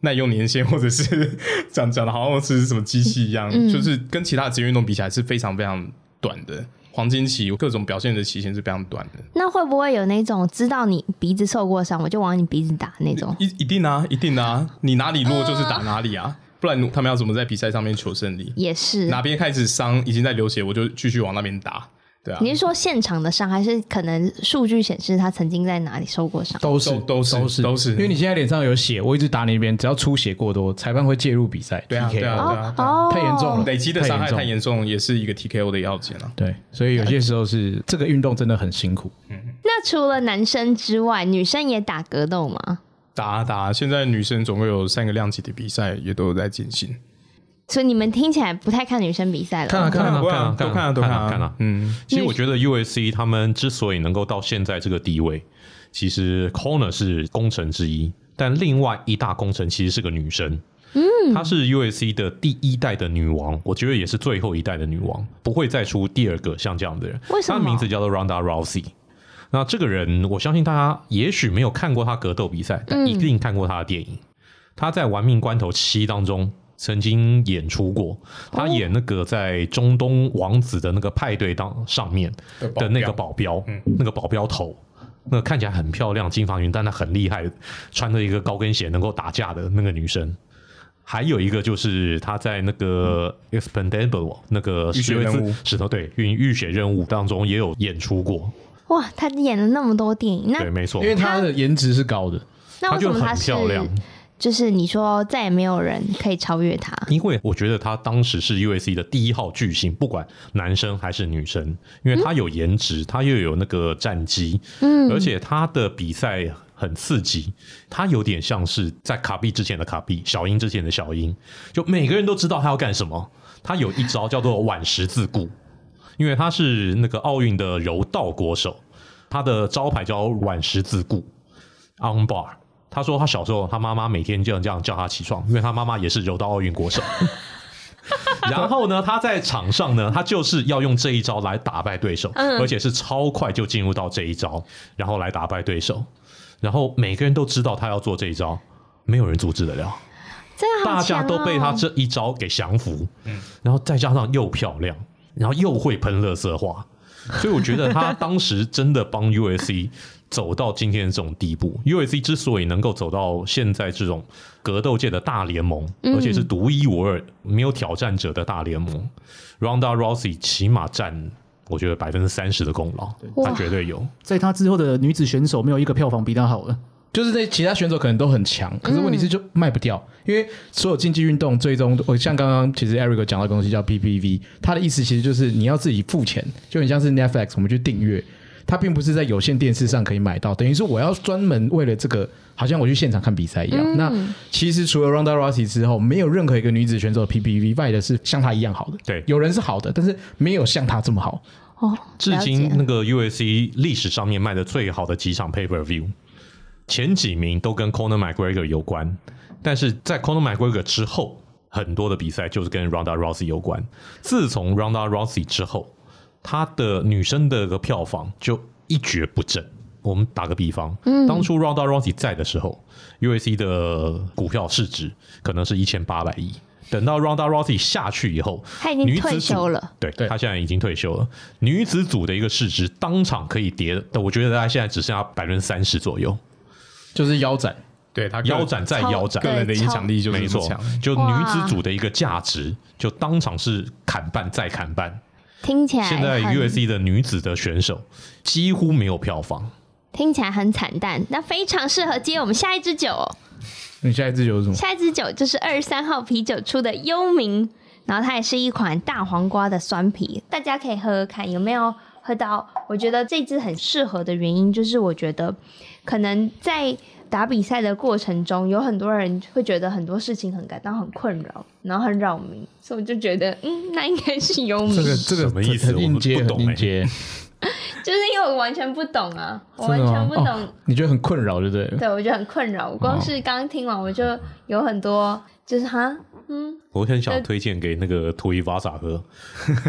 D: 耐用年限，或者是讲讲的好像是什么机器一样，就是跟其他职业运动比起来是非常非常短的。黄金期各种表现的期限是非常短的，
F: 那会不会有那种知道你鼻子受过伤，我就往你鼻子打那种？
D: 一一定啊，一定啊，你哪里弱就是打哪里啊，不然他们要怎么在比赛上面求胜利？
F: 也是，啊
D: 哪边开始伤已经在流血，我就继续往那边打，对啊，
F: 你是说现场的伤，还是可能数据显示他曾经在哪里受过伤？
B: 都是
D: 都都是
B: 都是
D: 都是
B: 因为你现在脸上有血，我一直打你那边，只要出血过多，裁判会介入比赛，
D: 对啊
B: PK
D: 对啊
B: 了
F: 哦哦，
B: 太严重了
D: 累积的伤害
B: 太
D: 太严
B: 严
D: 重，也是一个 TKO 的要件啊。
B: 对，所以有些时候是这个运动真的很辛苦，
F: 那除了男生之外，女生也打格斗吗？
D: 打啊打啊，现在女生总共有三个量级的比赛，也都有在进行。
F: 所以你们听起来不太看女生比赛了。
C: 看啊看啊
D: 不
C: 看啊
D: 然都看
C: 啊
D: 啊都看
C: 啊看
D: 啊
C: 啊！
D: 嗯，
C: 其实我觉得 USC 他们之所以能够到现在这个地位，其实 Corner 是功臣之一，但另外一大功臣其实是个女生。嗯，她是 USC 的第一代的女王，我觉得也是最后一代的女王，不会再出第二个像这样的人。
F: 为什么
C: 她的名字叫做 Ronda Rousey。那这个人，我相信大家也许没有看过她格斗比赛，
F: 嗯
C: 但一定看过她的电影。她在《玩命关头七》当中曾经演出
D: 哦
C: 过，她演那个在中东王子的那个派对当上面的那个保镖，
D: 嗯
C: 那个保镖头。那个看起来很漂亮，金发女，但她很厉害，穿着一个高跟鞋能够打架的那个女生。还有一个就是她在那个《Expendable》那个
D: 浴血
C: 史威兹
D: 任务
C: 石头对运浴血任务当中也有演出过，
F: 哇，她演了那么多电影，那
C: 对，没错
B: 因，为他的颜值是高的，
F: 那为
C: 就
F: 什么
C: 很
F: 她是
C: 漂亮。
F: 就是你说再也没有人可以超越她？
C: 因为我觉得他当时是 UAC 的第一号巨星，不管男生还是女生，因为他有颜值，他又有那个战绩，嗯，而且他的比赛很刺激，他有点像是在卡比之前的卡比，小樱之前的小樱，就每个人都知道他要干什么。他有一招叫做碗十字固，因为他是那个奥运的柔道国手，他的招牌叫碗十字固 on bar。他说他小时候，他妈妈每天就这样叫他起床，因为他妈妈也是柔道奥运国手。然后呢，他在场上呢，他就是要用这一招来打败对手，而且是超快就进入到这一招，然后来打败对手。然后每个人都知道他要做这一招，没有人阻止得了。
F: 真的好
C: 大
F: 强
C: 家
F: 哦
C: 都被他这一招给降服，然后再加上又漂亮，然后又会喷乐色话，所以我觉得他当时真的帮 USC 走到今天这种地步。USC 之所以能够走到现在这种格斗界的大联盟，
F: 嗯
C: 而且是独一无二、没有挑战者的大联盟，Ronda Rousey 起码占我觉得百分之三十的功劳，
F: 哇
C: 他绝对有。
E: 在她之后的女子选手没有一个票房比她好了。
B: 就是那其他选手可能都很强，可是问题是就卖不掉，因为所有竞技运动最终，我像刚刚其实 Eric 讲到的东西叫 PPV，他的意思其实就是你要自己付钱，就很像是 Netflix 我们去订阅。它并不是在有线电视上可以买到，等于是我要专门为了这个，好像我去现场看比赛一样。那其实除了 Ronda Rousey 之后，没有任何一个女子选手 PPV 卖的是像她一样好的。
C: 对
B: 有人是好的，但是没有像她这么好。
A: 哦，
C: 至
A: 了解
C: 今那个 USC 历史上面卖的最好的几场 Pay Per View，前几名都跟 Conor McGregor 有关，但是在 Conor McGregor 之后，很多的比赛就是跟 Ronda Rousey 有关。自从 Ronda Rousey 之后，她的女生的个票房就一蹶不振。我们打个比方，
A: 嗯
C: 当初 Ronda Rousey 在的时候，USC 的股票市值可能是一千八百亿。等到 Ronda Rousey 下去以后，
A: 他已经
C: 女子
A: 退休
C: 组
A: 了
C: 对，
B: 对
C: 她现在已经退休了。女子组的一个市值当场可以跌的，我觉得她现在只剩下百分之三十左右，
B: 就是腰斩，
D: 对他个
C: 腰斩再
A: 超
C: 腰
D: 个
C: 斩，
D: 人的影响力就是
C: 没
D: 这么
C: 错
D: 强。，
C: 就
A: 哇
C: 女子组的一个价值就当场是砍半再砍半。
A: 听起来
C: 现在
A: 哎很
C: USC 的女子的选手几乎没有票房，
A: 听起来很惨淡，但非常适合接我们下一支酒哦、
B: 你下一支酒是什么？
A: 下一支酒就是二十三号啤酒出的幽冥，然后它也是一款大黄瓜的酸啤，大家可以喝喝看有没有喝到。我觉得这支很适合的原因就是，我觉得可能在打比赛的过程中，有很多人会觉得很多事情很感到很困扰，然后很扰民，所以我就觉得，嗯，那应该是幽冥，
B: 这个这个
C: 什么意思
B: 很硬接，
C: 我们不
B: 很
C: 懂欸
B: 硬接，
A: 就是因为我完全不懂啊，我
B: 真
A: 完
B: 的吗
A: 全不懂。
B: 哦你觉得很困扰，对不对？
A: 对，我就很困扰。我光是刚听完，我就有很多就是哈，嗯，
C: 我很
A: 呃
C: 想推荐给那个图伊瓦萨 喝，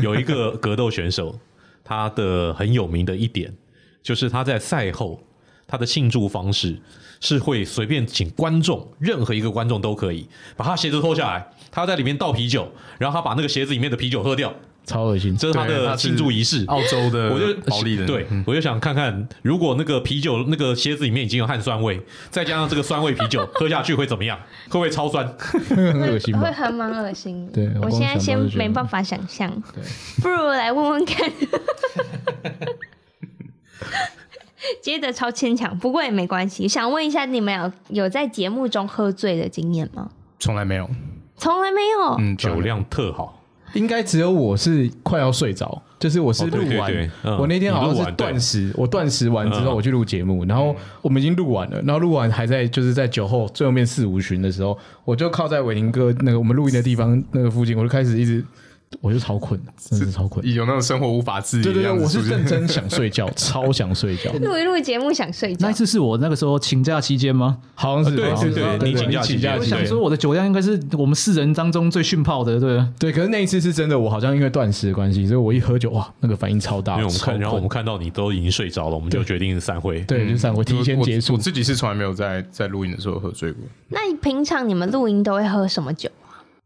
C: 有一个格斗选手，他的很有名的一点就是他在赛后他的庆祝方式是会随便请观众，任何一个观众都可以把他鞋子脱下来，他在里面倒啤酒，然后他把那个鞋子里面的啤酒喝掉，
B: 超恶 心。
C: 这是他
D: 对
C: 的
D: 他是
C: 庆祝仪式。
D: 澳洲的
C: 我就
D: 保利人，嗯
C: 对，我就想看看，如果那个啤酒那个鞋子里面已经有汗酸味，再加上这个酸味啤 酒喝下去会怎么样？会不会超酸？
B: 很恶心吧
A: 会很蛮恶心的。
B: 对我
A: 我
B: 光
A: 现在
B: 想
A: 先
B: 到就觉得
A: 没办法想象。不如来问问看。 接着超牵强，不过也没关系。想问一下，你们有有在节目中喝醉的经验吗？
D: 从来没有。
A: 从来没有。
D: 嗯，
C: 酒量特好，
B: 应该只有我是快要睡着，就是我是
C: 哦
B: 录
C: 对对
B: 完，
C: 对嗯
B: 我那天好
C: 你录
B: 像是
C: 完
B: 断
C: 对
B: 食，我断食完之后
C: 嗯
B: 我去录节目，然后我们已经录完了，然后录完还在就是在酒后最后面四五巡的时候，我就靠在伟宁哥那个我们录音的地方那个附近，我就开始一直我就超困，真的是超困。
D: 有那种生活无法自理
B: 对
D: 的
B: 对对，
D: 样
B: 我是
D: 子，不
B: 认真想睡觉，超想睡 觉，
A: 录一录节目想睡觉
E: 那一，次是我那个时候请假期间吗？
B: 好像是
C: 对
B: 好像是
C: 对对
B: 对
C: 你
B: 对
C: 请假
B: 请
C: 期
B: 假
C: 间
E: 我
B: 期间
E: 想说我的酒量应该是我们四人当中最逊泡的，对吧？
B: 对，可是那一次是真的，我好像因为断食的关系，所以我一喝酒哇，那个反应超大，
C: 因为我们
B: 超
C: 看，然后我
B: 困
C: 们嗯看到你都已经睡着了，我们就决定散会。
B: 对，就散会提前
D: 我
B: 结束
D: 我。自己是从来没有在在录音的时候喝醉过，
A: 那你平常你们录音都会喝什么酒？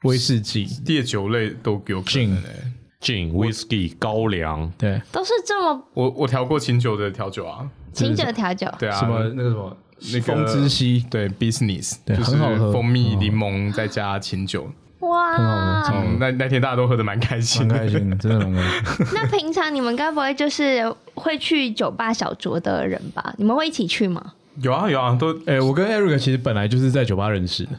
B: 威士忌、
D: 烈酒类都有可能、
B: gin，
D: 欸。
C: gin、whisky、高粱，
B: 对，
A: 都是这么
D: 我我调过清酒的调酒啊，
A: 清酒调酒，
D: 对啊，
B: 什么那个什么
D: 那个
B: 风之息，
D: 对 business，
B: 对
D: 就是
B: 很好喝
D: 蜂蜜柠檬再加清酒。
A: 哇！
D: 嗯，那那天大家都喝的蛮开心
B: 蛮
D: 的，
B: 开心的，真的蛮开心。
A: 那平常你们该不会就是会去酒吧小酌的人吧？你们会一起去吗？
D: 有啊有啊，都
B: 哎、我跟 Eric 其实本来就是在酒吧认识的，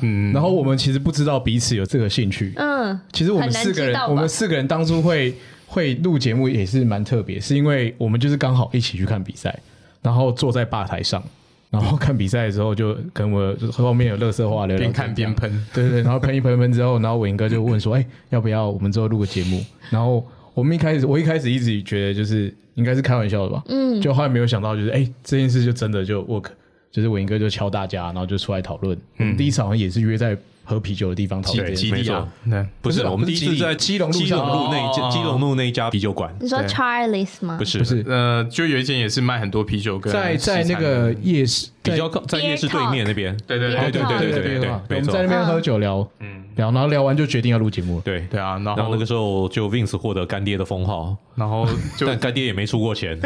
D: 嗯，
B: 然后我们其实不知道彼此有这个兴趣。
A: 嗯，
B: 其实我
A: 很
B: 们
A: 难
B: 四个
A: 知
B: 人
A: 道，吧
B: 我们四个人当初会会录节目也是蛮特别，是因为我们就是刚好一起去看比赛，然后坐在吧台上，然后看比赛的时候就跟我后面有乐色话聊聊天，
D: 边看边喷，
B: 对对对，然后喷一喷一喷之后，然后伟英哥就问说：“哎、要不要我们之后录个节目？”然后我们一开始，我一开始一直觉得就是应该是开玩笑的吧，嗯，就后来没有想到就是哎、这件事就真的就 work，就是伟英哥就敲大家，然后就出来讨论。嗯，第一次好像也是约在喝啤酒的地方讨论这件事，
D: 基
C: 没
D: 地
C: 错
D: 啊，，对，
C: 不
B: 不是
C: 是
B: 啊
C: 我们
B: 不
C: 第
B: 是
C: 一
B: 基
C: 次
B: 地
C: 在
B: 基隆路
C: 基
B: 上
C: 隆路那一
D: 哦
C: 家基隆路那一家啤酒馆，
A: 你说
D: 对
A: Charlie's 吗？
C: 不是
B: 不是
D: 呃，就有一间也是卖很多啤酒跟
B: 在在
D: 西
B: 那
D: 餐
B: 个
D: 的
B: 夜市
C: 比较靠在夜市对面那边，
D: 对对
C: 对对
D: 对
A: 对
B: 对
C: 对对对
B: 对
C: 对，
B: 我
C: 没
B: 们在那
C: 错，
B: 边喝酒聊，聊，然后聊完就决定要录节目了。
C: 对
D: 对。啊，然
C: 然后
D: 后
C: 那个时候就 Vince 获得干爹的封号，
D: 然后就
C: 但干爹也没出过 钱，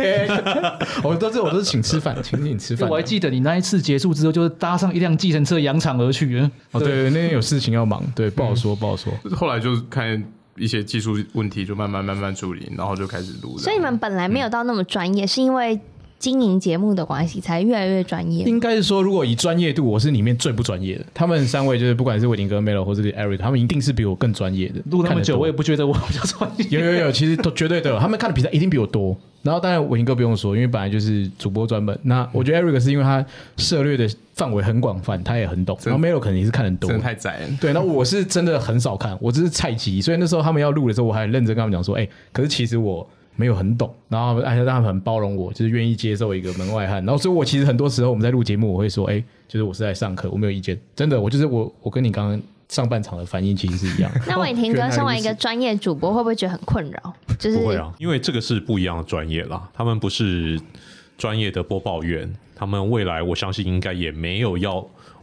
B: 我都哦是我都是请吃饭，请你吃
E: 就
B: 饭。啊
E: 我还记得你那一次结束之后，就是搭上一辆计程车扬长而去啊了。
B: 哦，对对，那天有事情要忙，对，不好说，不好说。
E: 嗯
D: 后来就看一些技术问题，就慢慢慢慢处理，然后就开始录了。
A: 所以你们本来没有到那么专业，是因为
F: 经营节目的关系，才越来越专业。
C: 嗯
B: 应该是说，如果以专业度，我是里面最不专业的。他们三位就是不管是伟霆哥、Melo 或者是 Eric，他们一定是比我更专业的。
E: 录那
B: 看
E: 么
B: 得
E: 久，
B: 多
E: 我也不觉得我比较专业。
B: 有有有，其实都绝对都有。他们看的比赛一定比我多。然后当然伟霆哥不用说，因为本来就是主播专门。那我觉得 Eric 是因为他涉猎的范围很广泛，他也很懂。然后 Melo 肯定是看得多
D: 真的。太窄了。
B: 对，那我是真的很少看，我只是菜鸡，所以那时候他们要录的时候，我还很认真跟他们讲说，哎、可是其实我没有很懂，然后而且他们很包容我，就是愿意接受一个门外汉，然后所以我其实很多时候我们在录节目，我会说，哎、就是我是在上课，我没有意见，真的，我就是我，我跟你刚刚上半场的反应其实是一 样，
F: 那伟霆
C: 哦
B: 原来
F: 哥
B: 如此
F: 身为一个专业主播，会不会觉得很困扰？就是
C: 不会啊，因为这个是不一样的专业啦，他们不是专业的播报员，他们未来我相信应该也没有要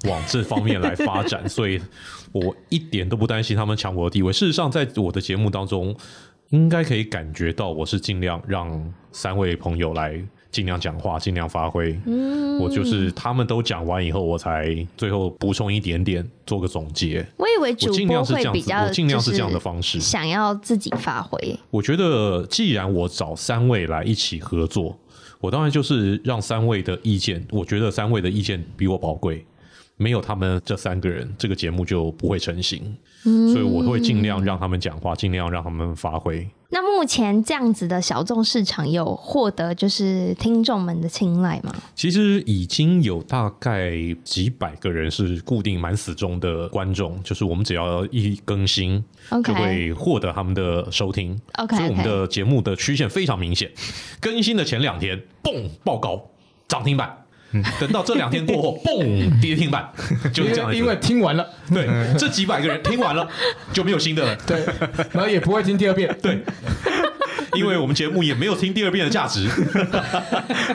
C: 往这方面来发 展，所以我一点都不担心他们抢我的地位。事实上，在我的节目当中，应该可以感觉到我是尽量让三位朋友来。尽量讲话，尽量发挥。嗯，我就是他们都讲完以后，我才最后补充一点点，做个总结。
F: 我以为
C: 我
F: 主
C: 尽
F: 播
C: 量是
F: 会
C: 这样
F: 比
C: 子，
F: 较，
C: 我尽量是这样的方式。
F: 想要自己发挥。
C: 我觉得，既然我找三位来一起合作，我当然就是让三位的意见，我觉得三位的意见比我宝贵。没有他们这三个人，这个节目就不会成型。所以我会尽量让他们讲话，尽量让他们发挥。
F: 那目前这样子的小众市场有获得就是听众们的青睐吗？
C: 其实已经有大概几百个人是固定满死忠的观众，就是我们只要一更新
F: OK
C: 就会获得他们的收听。
F: OK，
C: 所以我们
F: OK
C: 的节目的曲线非常明显，更新的前两天，嘣爆高涨停板。
B: 嗯
C: 等到这两天过 后，嘣跌停板，就是这样的一
B: 因为因
C: 个。
B: 为嗯听完了，
C: 对这几百个人听完了就没有新的了，
B: 对，然后也不会听第二遍，
C: 对，因为我们节目也没有听第二遍的价值。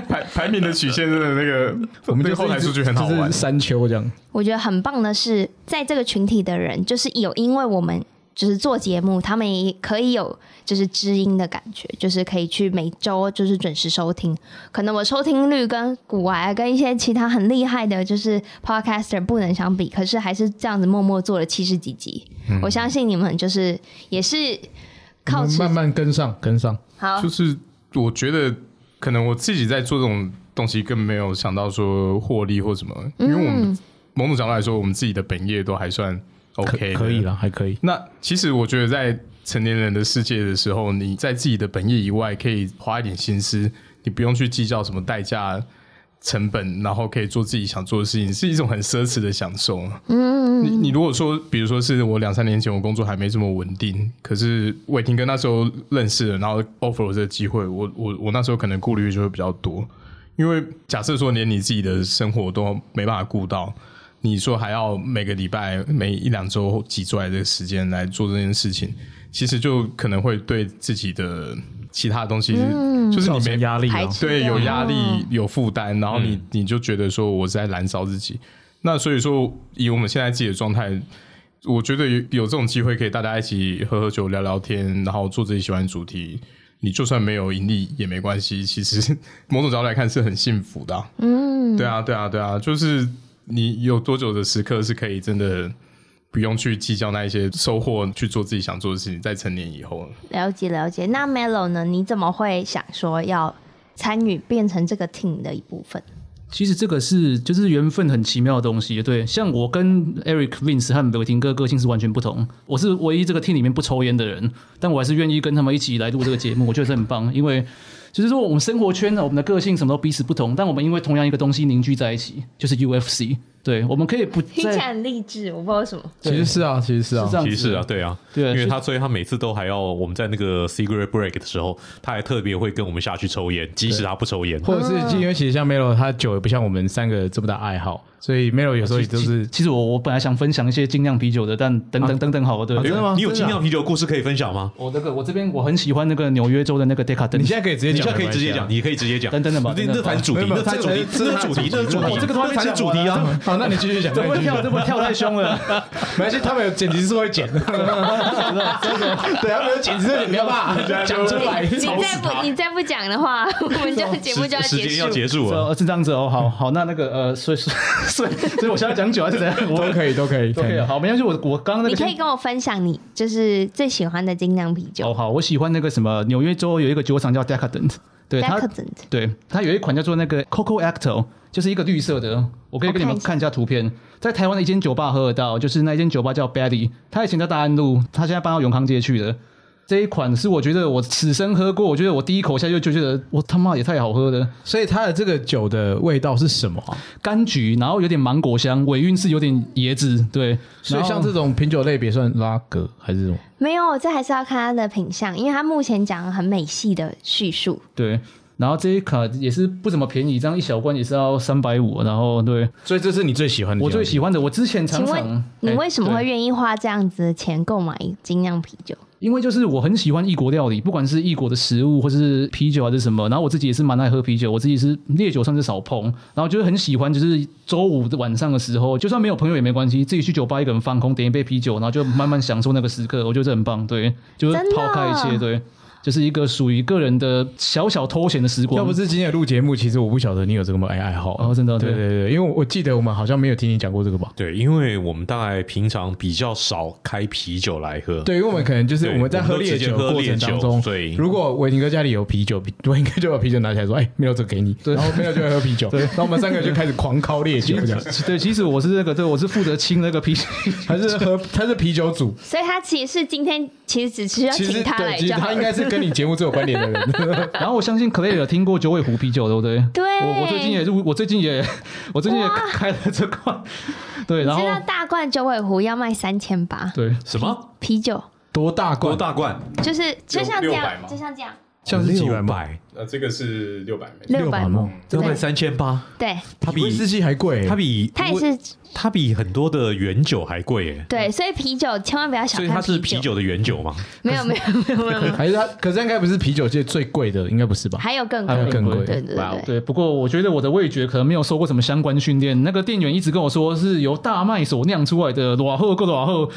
D: 排 排名的曲线真的那个，
B: 我们就
D: 对后台数据很好
B: 就
D: 玩
B: 是。山丘这样，
F: 我觉得很棒的是，在这个群体的人，就是有因为我们就是做节目，他们也可以有就是知音的感觉，就是可以去每周就是准时收听。可能我收听率跟古玩啊跟一些其他很厉害的，就是 podcaster 不能相比，可是还是这样子默默做了七十几集。
D: 嗯
F: 我相信你们就是也是靠
B: 我们
F: 吃
B: 慢慢跟上跟上，
F: 好
D: 就是我觉得可能我自己在做这种东西，更没有想到说获利或什么，因为我们某种角度来说，我们自己的本业都还算 OK，的
B: 可可以。了，还可以。
D: 那其实我觉得在成年人的世界的时候，你在自己的本业以外，可以花一点心思，你不用去计较什么代价。成本，然后可以做自己想做的事情，是一种很奢侈的享受。嗯，你你如果说，比如说是我两三年前我工作还没这么稳定，可是伟霆哥那时候认识了，然后 offer 我这个机会，我我我那时候可能顾虑就会比较多，因为假设说连你自己的生活都没办法顾到，你说还要每个礼拜每一两周挤出来这个时间来做这件事情，其实就可能会对自己的其他东西，就是
B: 造
D: 你没
B: 成压力
F: 排
B: 啊，
F: 斥
D: 对，
F: 掉
D: 有压力、有负担，然后你、你就觉得说我是在燃烧自己。那所以说，以我们现在自己的状态，我觉得有有这种机会可以大家一起喝喝酒、聊聊天，然后做自己喜欢的主题。你就算没有盈利也没关系，其实 某种角度来看是很幸福的啊、
F: 嗯，
D: 对啊，对啊，对啊，就是你有多久的时刻是可以真的不用去计较那一些收获，去做自己想做的事情，在成年以后。
F: 了解了解。那 Melo 呢？你怎么会想说要参与变成这个 team 的一部分？
E: 其实这个是就是缘分很奇妙的东西，对。像我跟 Eric Vince 和伟霆哥个性是完全不同，我是唯一这个 team 里面不抽烟的人，但我还是愿意跟他们一起来录这个节目，我觉得这很棒，因为就是说我们生活圈呢，我们的个性什么都彼此不同，但我们因为同样一个东西凝聚在一起，就是 UFC。对，我们可以不
F: 听起来
E: 在
F: 很励志，我不知道为什么。
B: 其实是啊，其实是啊
E: 是这，样
C: 其
E: 子，
C: 实是啊，对啊，
E: 对啊
C: 因为
E: 是
C: 他所以他每次都还要我们在那个 secret break 的时候，他还特别会跟我们下去抽烟，即使他不抽烟。
B: 或者是因为其实像 Melo 他酒也不像我们三个这么大爱好，所以 Melo 有时候也就是
E: 其实我我本来想分享一些精酿啤酒的，但等等等等好了，对。
B: 啊真的吗
C: 你有
B: 真的
C: 精
B: 啊
C: 酿啤酒的故事可以分享吗？
E: 我那个我这边我很喜欢那个纽约州的那个 Decadence，
B: 你现在可以直接
C: 你
B: 讲，
C: 现在可以直接
B: 没
C: 讲，
B: 关系啊。
C: 你可以直接讲。
E: 等等等吧
C: 那
E: 等
C: 那
E: 等吧
C: 谈主题，
B: 没有
C: 那谈主
B: 没
C: 题
B: 有，
C: 那谈主题，那
B: 这
C: 是主
B: 哦这
C: 题，
E: 这个都还
C: 那
E: 没
C: 谈
E: 讲
C: 主题啊！
B: 好，那你继续讲，
E: 这
B: 那
E: 会
B: 你 继续讲
E: 跳，这会跳太凶了。
B: 没关系，他们有剪辑师会剪，对，他们有剪辑师会剪，不要怕， 讲出来。
F: 你再不你再不讲的话， 我们就节目就要
C: 时
F: 结
C: 时间要
F: 束。
C: 结束了。
E: 呃，是这样子哦，好好，那那个呃，所以 所以所以所以我现在讲久还是怎样？我
B: 都可以，都可以，
E: 都可以啊，好，没关系，我我刚刚那
F: 你
E: 个
F: 可
E: 先
F: 以跟我分享你就是最喜欢的精酿啤酒
E: 哦哦，好，我喜欢那个什么纽约州有一个酒厂叫 Decadent。对它
F: Decadent
E: 对，它有一款叫做那个 Coco Acto，就是一个绿色的，我可以给
F: 我
E: 你
F: 看一
E: 们
F: 下
E: 看一下图片。在台湾的一间酒吧喝得到，就是那一间酒吧叫 Betty，它以前在大安路，它现在搬到永康街去了。这一款是我觉得我此生喝过，我觉得我第一口下去就觉得我他妈也太好喝了，
B: 所以它的这个酒的味道是什么啊、
E: 柑橘，然后有点芒果香，尾韵是有点椰子，对。
B: 所以
E: 然后
B: 像这种品酒类别算拉格还是什么？
F: 没有，这还是要看它的品相，因为它目前讲很美系的叙述。
E: 对，然后这一卡也是不怎么便宜，这样一小罐也是要三百五，然后对
B: 所以这是你最喜欢的？
E: 我最喜欢的，我之前常
F: 嗯请问
E: 常
F: 你为什么
E: 哎
F: 会
E: 对
F: 愿意花这样子的钱购买精酿啤酒？
E: 因为就是我很喜欢异国料理，不管是异国的食物，或是啤酒还是什么，然后我自己也是蛮爱喝啤酒，我自己是烈酒算是少碰，然后就是很喜欢，就是周五的晚上的时候，就算没有朋友也没关系，自己去酒吧一个人放空，点一杯啤酒，然后就慢慢享受那个时刻，我觉得这很棒，对，就是
F: 真的啊
E: 抛开一切，对，就是一个属于个人的小小偷闲的时光。
B: 要不是今天录节目，其实我不晓得你有这个爱爱好
E: 哦真的
B: 对
E: 对
B: 对对，因为我我记得我们好像没有听你讲过这个吧？
C: 对，因为我们大概平常比较少开啤酒来喝，
B: 对，因为我们可能就是
C: 对
B: 我们在喝烈酒的过程当
C: 我
B: 中，
C: 们都直接喝烈酒对
B: 如果伟霆哥家里有啤酒， 我应该就把啤酒拿起来说：“哎，没有这个给你。”然后没有就会喝啤酒，然后我们三个就开始狂敲烈 酒，这样
E: 对，其实我是那个，对我是负责清那个啤酒，
B: 还是 喝他是啤酒组，
F: 所以他其实是今天其实只是要
B: 其实
F: 请他
B: 对，
F: 来
B: 其实
F: 就好
B: 他应该是跟你节目最有关联的 人。
E: 然后我相信 Clay 有听过九尾狐啤酒，对不对？
F: 对
E: 我我最近也入，我最近也，我最近也开了这款， 对，然
F: 你
E: 后
F: 知道大罐九尾狐要卖三千八，
E: 对，
C: 什么
F: 啤酒
B: 多大
C: 多
B: 罐？
C: 大罐？
F: 就是就像这
D: 600
F: 样，
D: 吗
F: 就像这样
B: 像是几
C: 六
B: 万吧？
C: 百，
D: 呃，这个是六百美，
F: 六百
B: 吗？
C: 要卖
F: 对
C: 三千八，
F: 对，
C: 它
B: 威士
C: 比
B: 忌还贵，
C: 它比
F: 它也是
C: 它比很多的原酒还贵耶，
F: 对，所以啤酒千万不要小
C: 所以它
F: 看
C: 是啤，酒的原酒嘛？
F: 没有没有没有没有没有，
B: 还是它，可是它应该不是啤酒界最贵的，应该不是吧？
F: 还有更
B: 还有
F: 贵，
B: 更贵，
F: 对对
E: 哇哦
F: 对
E: 对。不过我觉得我的味觉可能没有受过什么相关训练。那个店员一直跟我说是由大麦所酿出来的，软后够软后，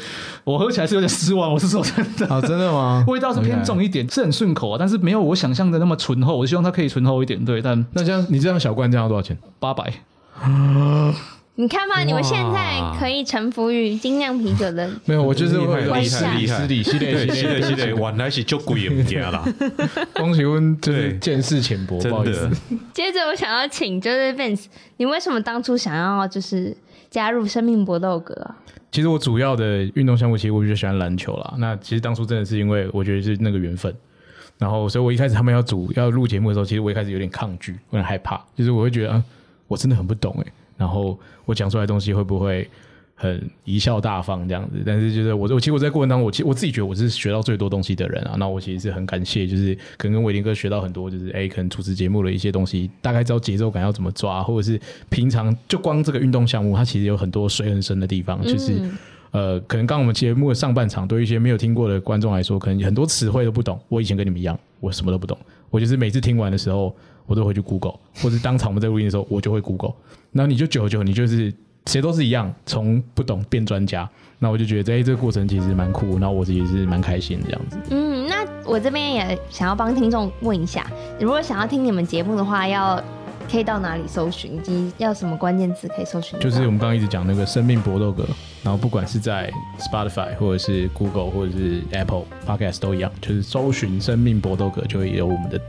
E: 我喝起来是有点失望。我是说真 的，
B: 啊，真的吗？
E: 味道是偏重一点，是很顺口啊，但是没有我想象的那么醇厚。我希望它可以醇厚一点，对，但
B: 那这样你这样小罐这样要多少钱？
E: 八百。
F: 你看嘛，你们现在可以臣服于精酿啤酒的，
B: 没有，我就是
C: 厉害
B: 会
F: 厉害
C: 厉害
B: 失礼失礼
C: 对，
B: 失礼
C: 是
B: 失礼
C: 的，是的，原来是就贵也不加啦，
B: 恭喜温就是
C: 对
B: 见识浅薄，
C: 真
B: 不好意思
C: 的。。
F: 接着我想要请就是 Vince，你为什么当初想要就是加入生命搏斗啊格？
B: 其实我主要的运动项目，其实我比较喜欢篮球啦。那其实当初真的是因为我觉得是那个缘分，然后所以我一开始他们要组要录节目的时候，其实我一开始有点抗拒，有点害怕，就是我会觉得啊，我真的很不懂哎、然后我讲出来的东西会不会很贻笑大方这样子？但是就是我我其实我在过程当中，我其我自己觉得我是学到最多东西的人啊。那我其实是很感谢，就是可能跟伟林哥学到很多，就是哎，可能主持节目的一些东西，大概知道节奏感要怎么抓，或者是平常就光这个运动项目，它其实有很多水很深的地方，就是。呃，可能刚我们节目的上半场，对于一些没有听过的观众来说，可能很多词汇都不懂。我以前跟你们一样，我什么都不懂。我就是每次听完的时候，我都回去 Google，或者当场我们在录音的时候，我就会 Google。然后你就久而久，你就是谁都是一样，从不懂变专家。那我就觉得，哎、这个过程其实蛮酷，然后我自己是蛮开心这样子。
F: 嗯，那我这边也想要帮听众问一下，如果想要听你们节目的话，要可以到哪里搜寻，以及要什么关键字可以搜寻得
B: 就
F: 到？
B: 是我们刚刚一直讲那个生命搏斗格，然后不管是在 Spotify 或者是 Google 或者是 Apple Podcast 都一样，就是搜寻“生命搏斗格”就会有我们的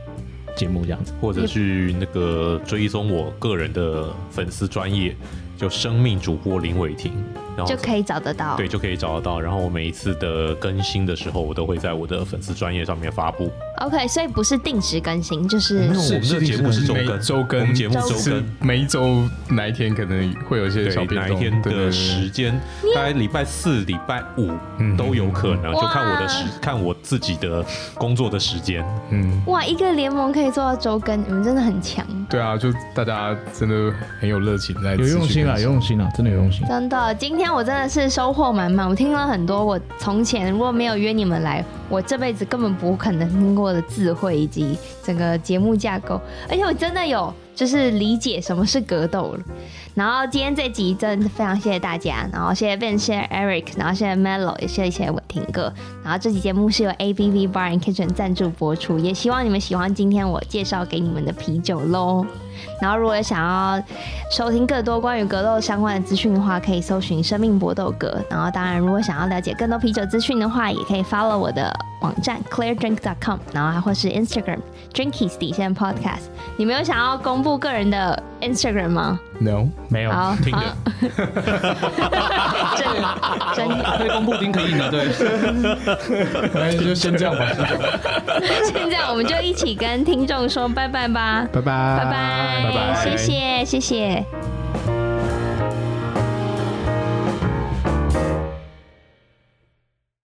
B: 节目这样子。
C: 或者去那个追踪我个人的粉丝专业，就生命主播林伟霆，然后
F: 就可以找得到。
C: 对就可以找得到。然后我每一次的更新的时候，我都会在我的粉丝专业上面发布。
F: OK，所以不是定时更新，就是
B: 嗯
C: 没有我们的节目是周
D: 每
C: 更，
D: 周
C: 我
D: 更，
C: 们节目周
D: 是
C: 更。
D: 每一周哪一天可能会有一些小
C: 对，
D: 变
C: 哪一
D: 动，
C: 天
D: 对对对
C: 的时间，大概礼拜四、礼拜五都有可能，就看我的时，看我自己的工作的时间。
D: 嗯，
F: 哇，一个联盟可以做到周更，你们真的很强，
D: 对啊，就大家真的很有热情在
B: 有
D: 持续
B: 用心啊，有
D: 更新
B: 用心啊，真的有用心。
F: 真的。今天我真的是收获满满，我听了很多我从前如果没有约你们来，我这辈子根本不可能听过的智慧以及整个节目架构，而且我真的有就是理解什么是格斗了。然后今天这集真的非常谢谢大家，然后谢谢 Ben，谢谢 Eric，然后谢谢 Melo，也谢谢我听哥。然后这期节目是由 ABV Bar and Kitchen 赞助播出，也希望你们喜欢今天我介绍给你们的啤酒喽。然后，如果想要收听更多关于格斗相关的资讯的话，可以搜寻“生命搏斗格”。然后，当然，如果想要了解更多啤酒资讯的话，也可以 follow 我的网站 cleardrink.com，然后还或是 Instagram drinkies 底线 podcast。你们有想要公布个人的 Instagram 吗？
D: No，
B: 没有，
F: 好，
C: 听
F: 好
C: 的，
F: 真真
E: 可以公布丁可 以的，对，
B: 那就先这样吧，
F: 现在我们就一起跟听众说拜拜吧，
B: 拜拜，
F: 拜拜，谢谢，谢谢。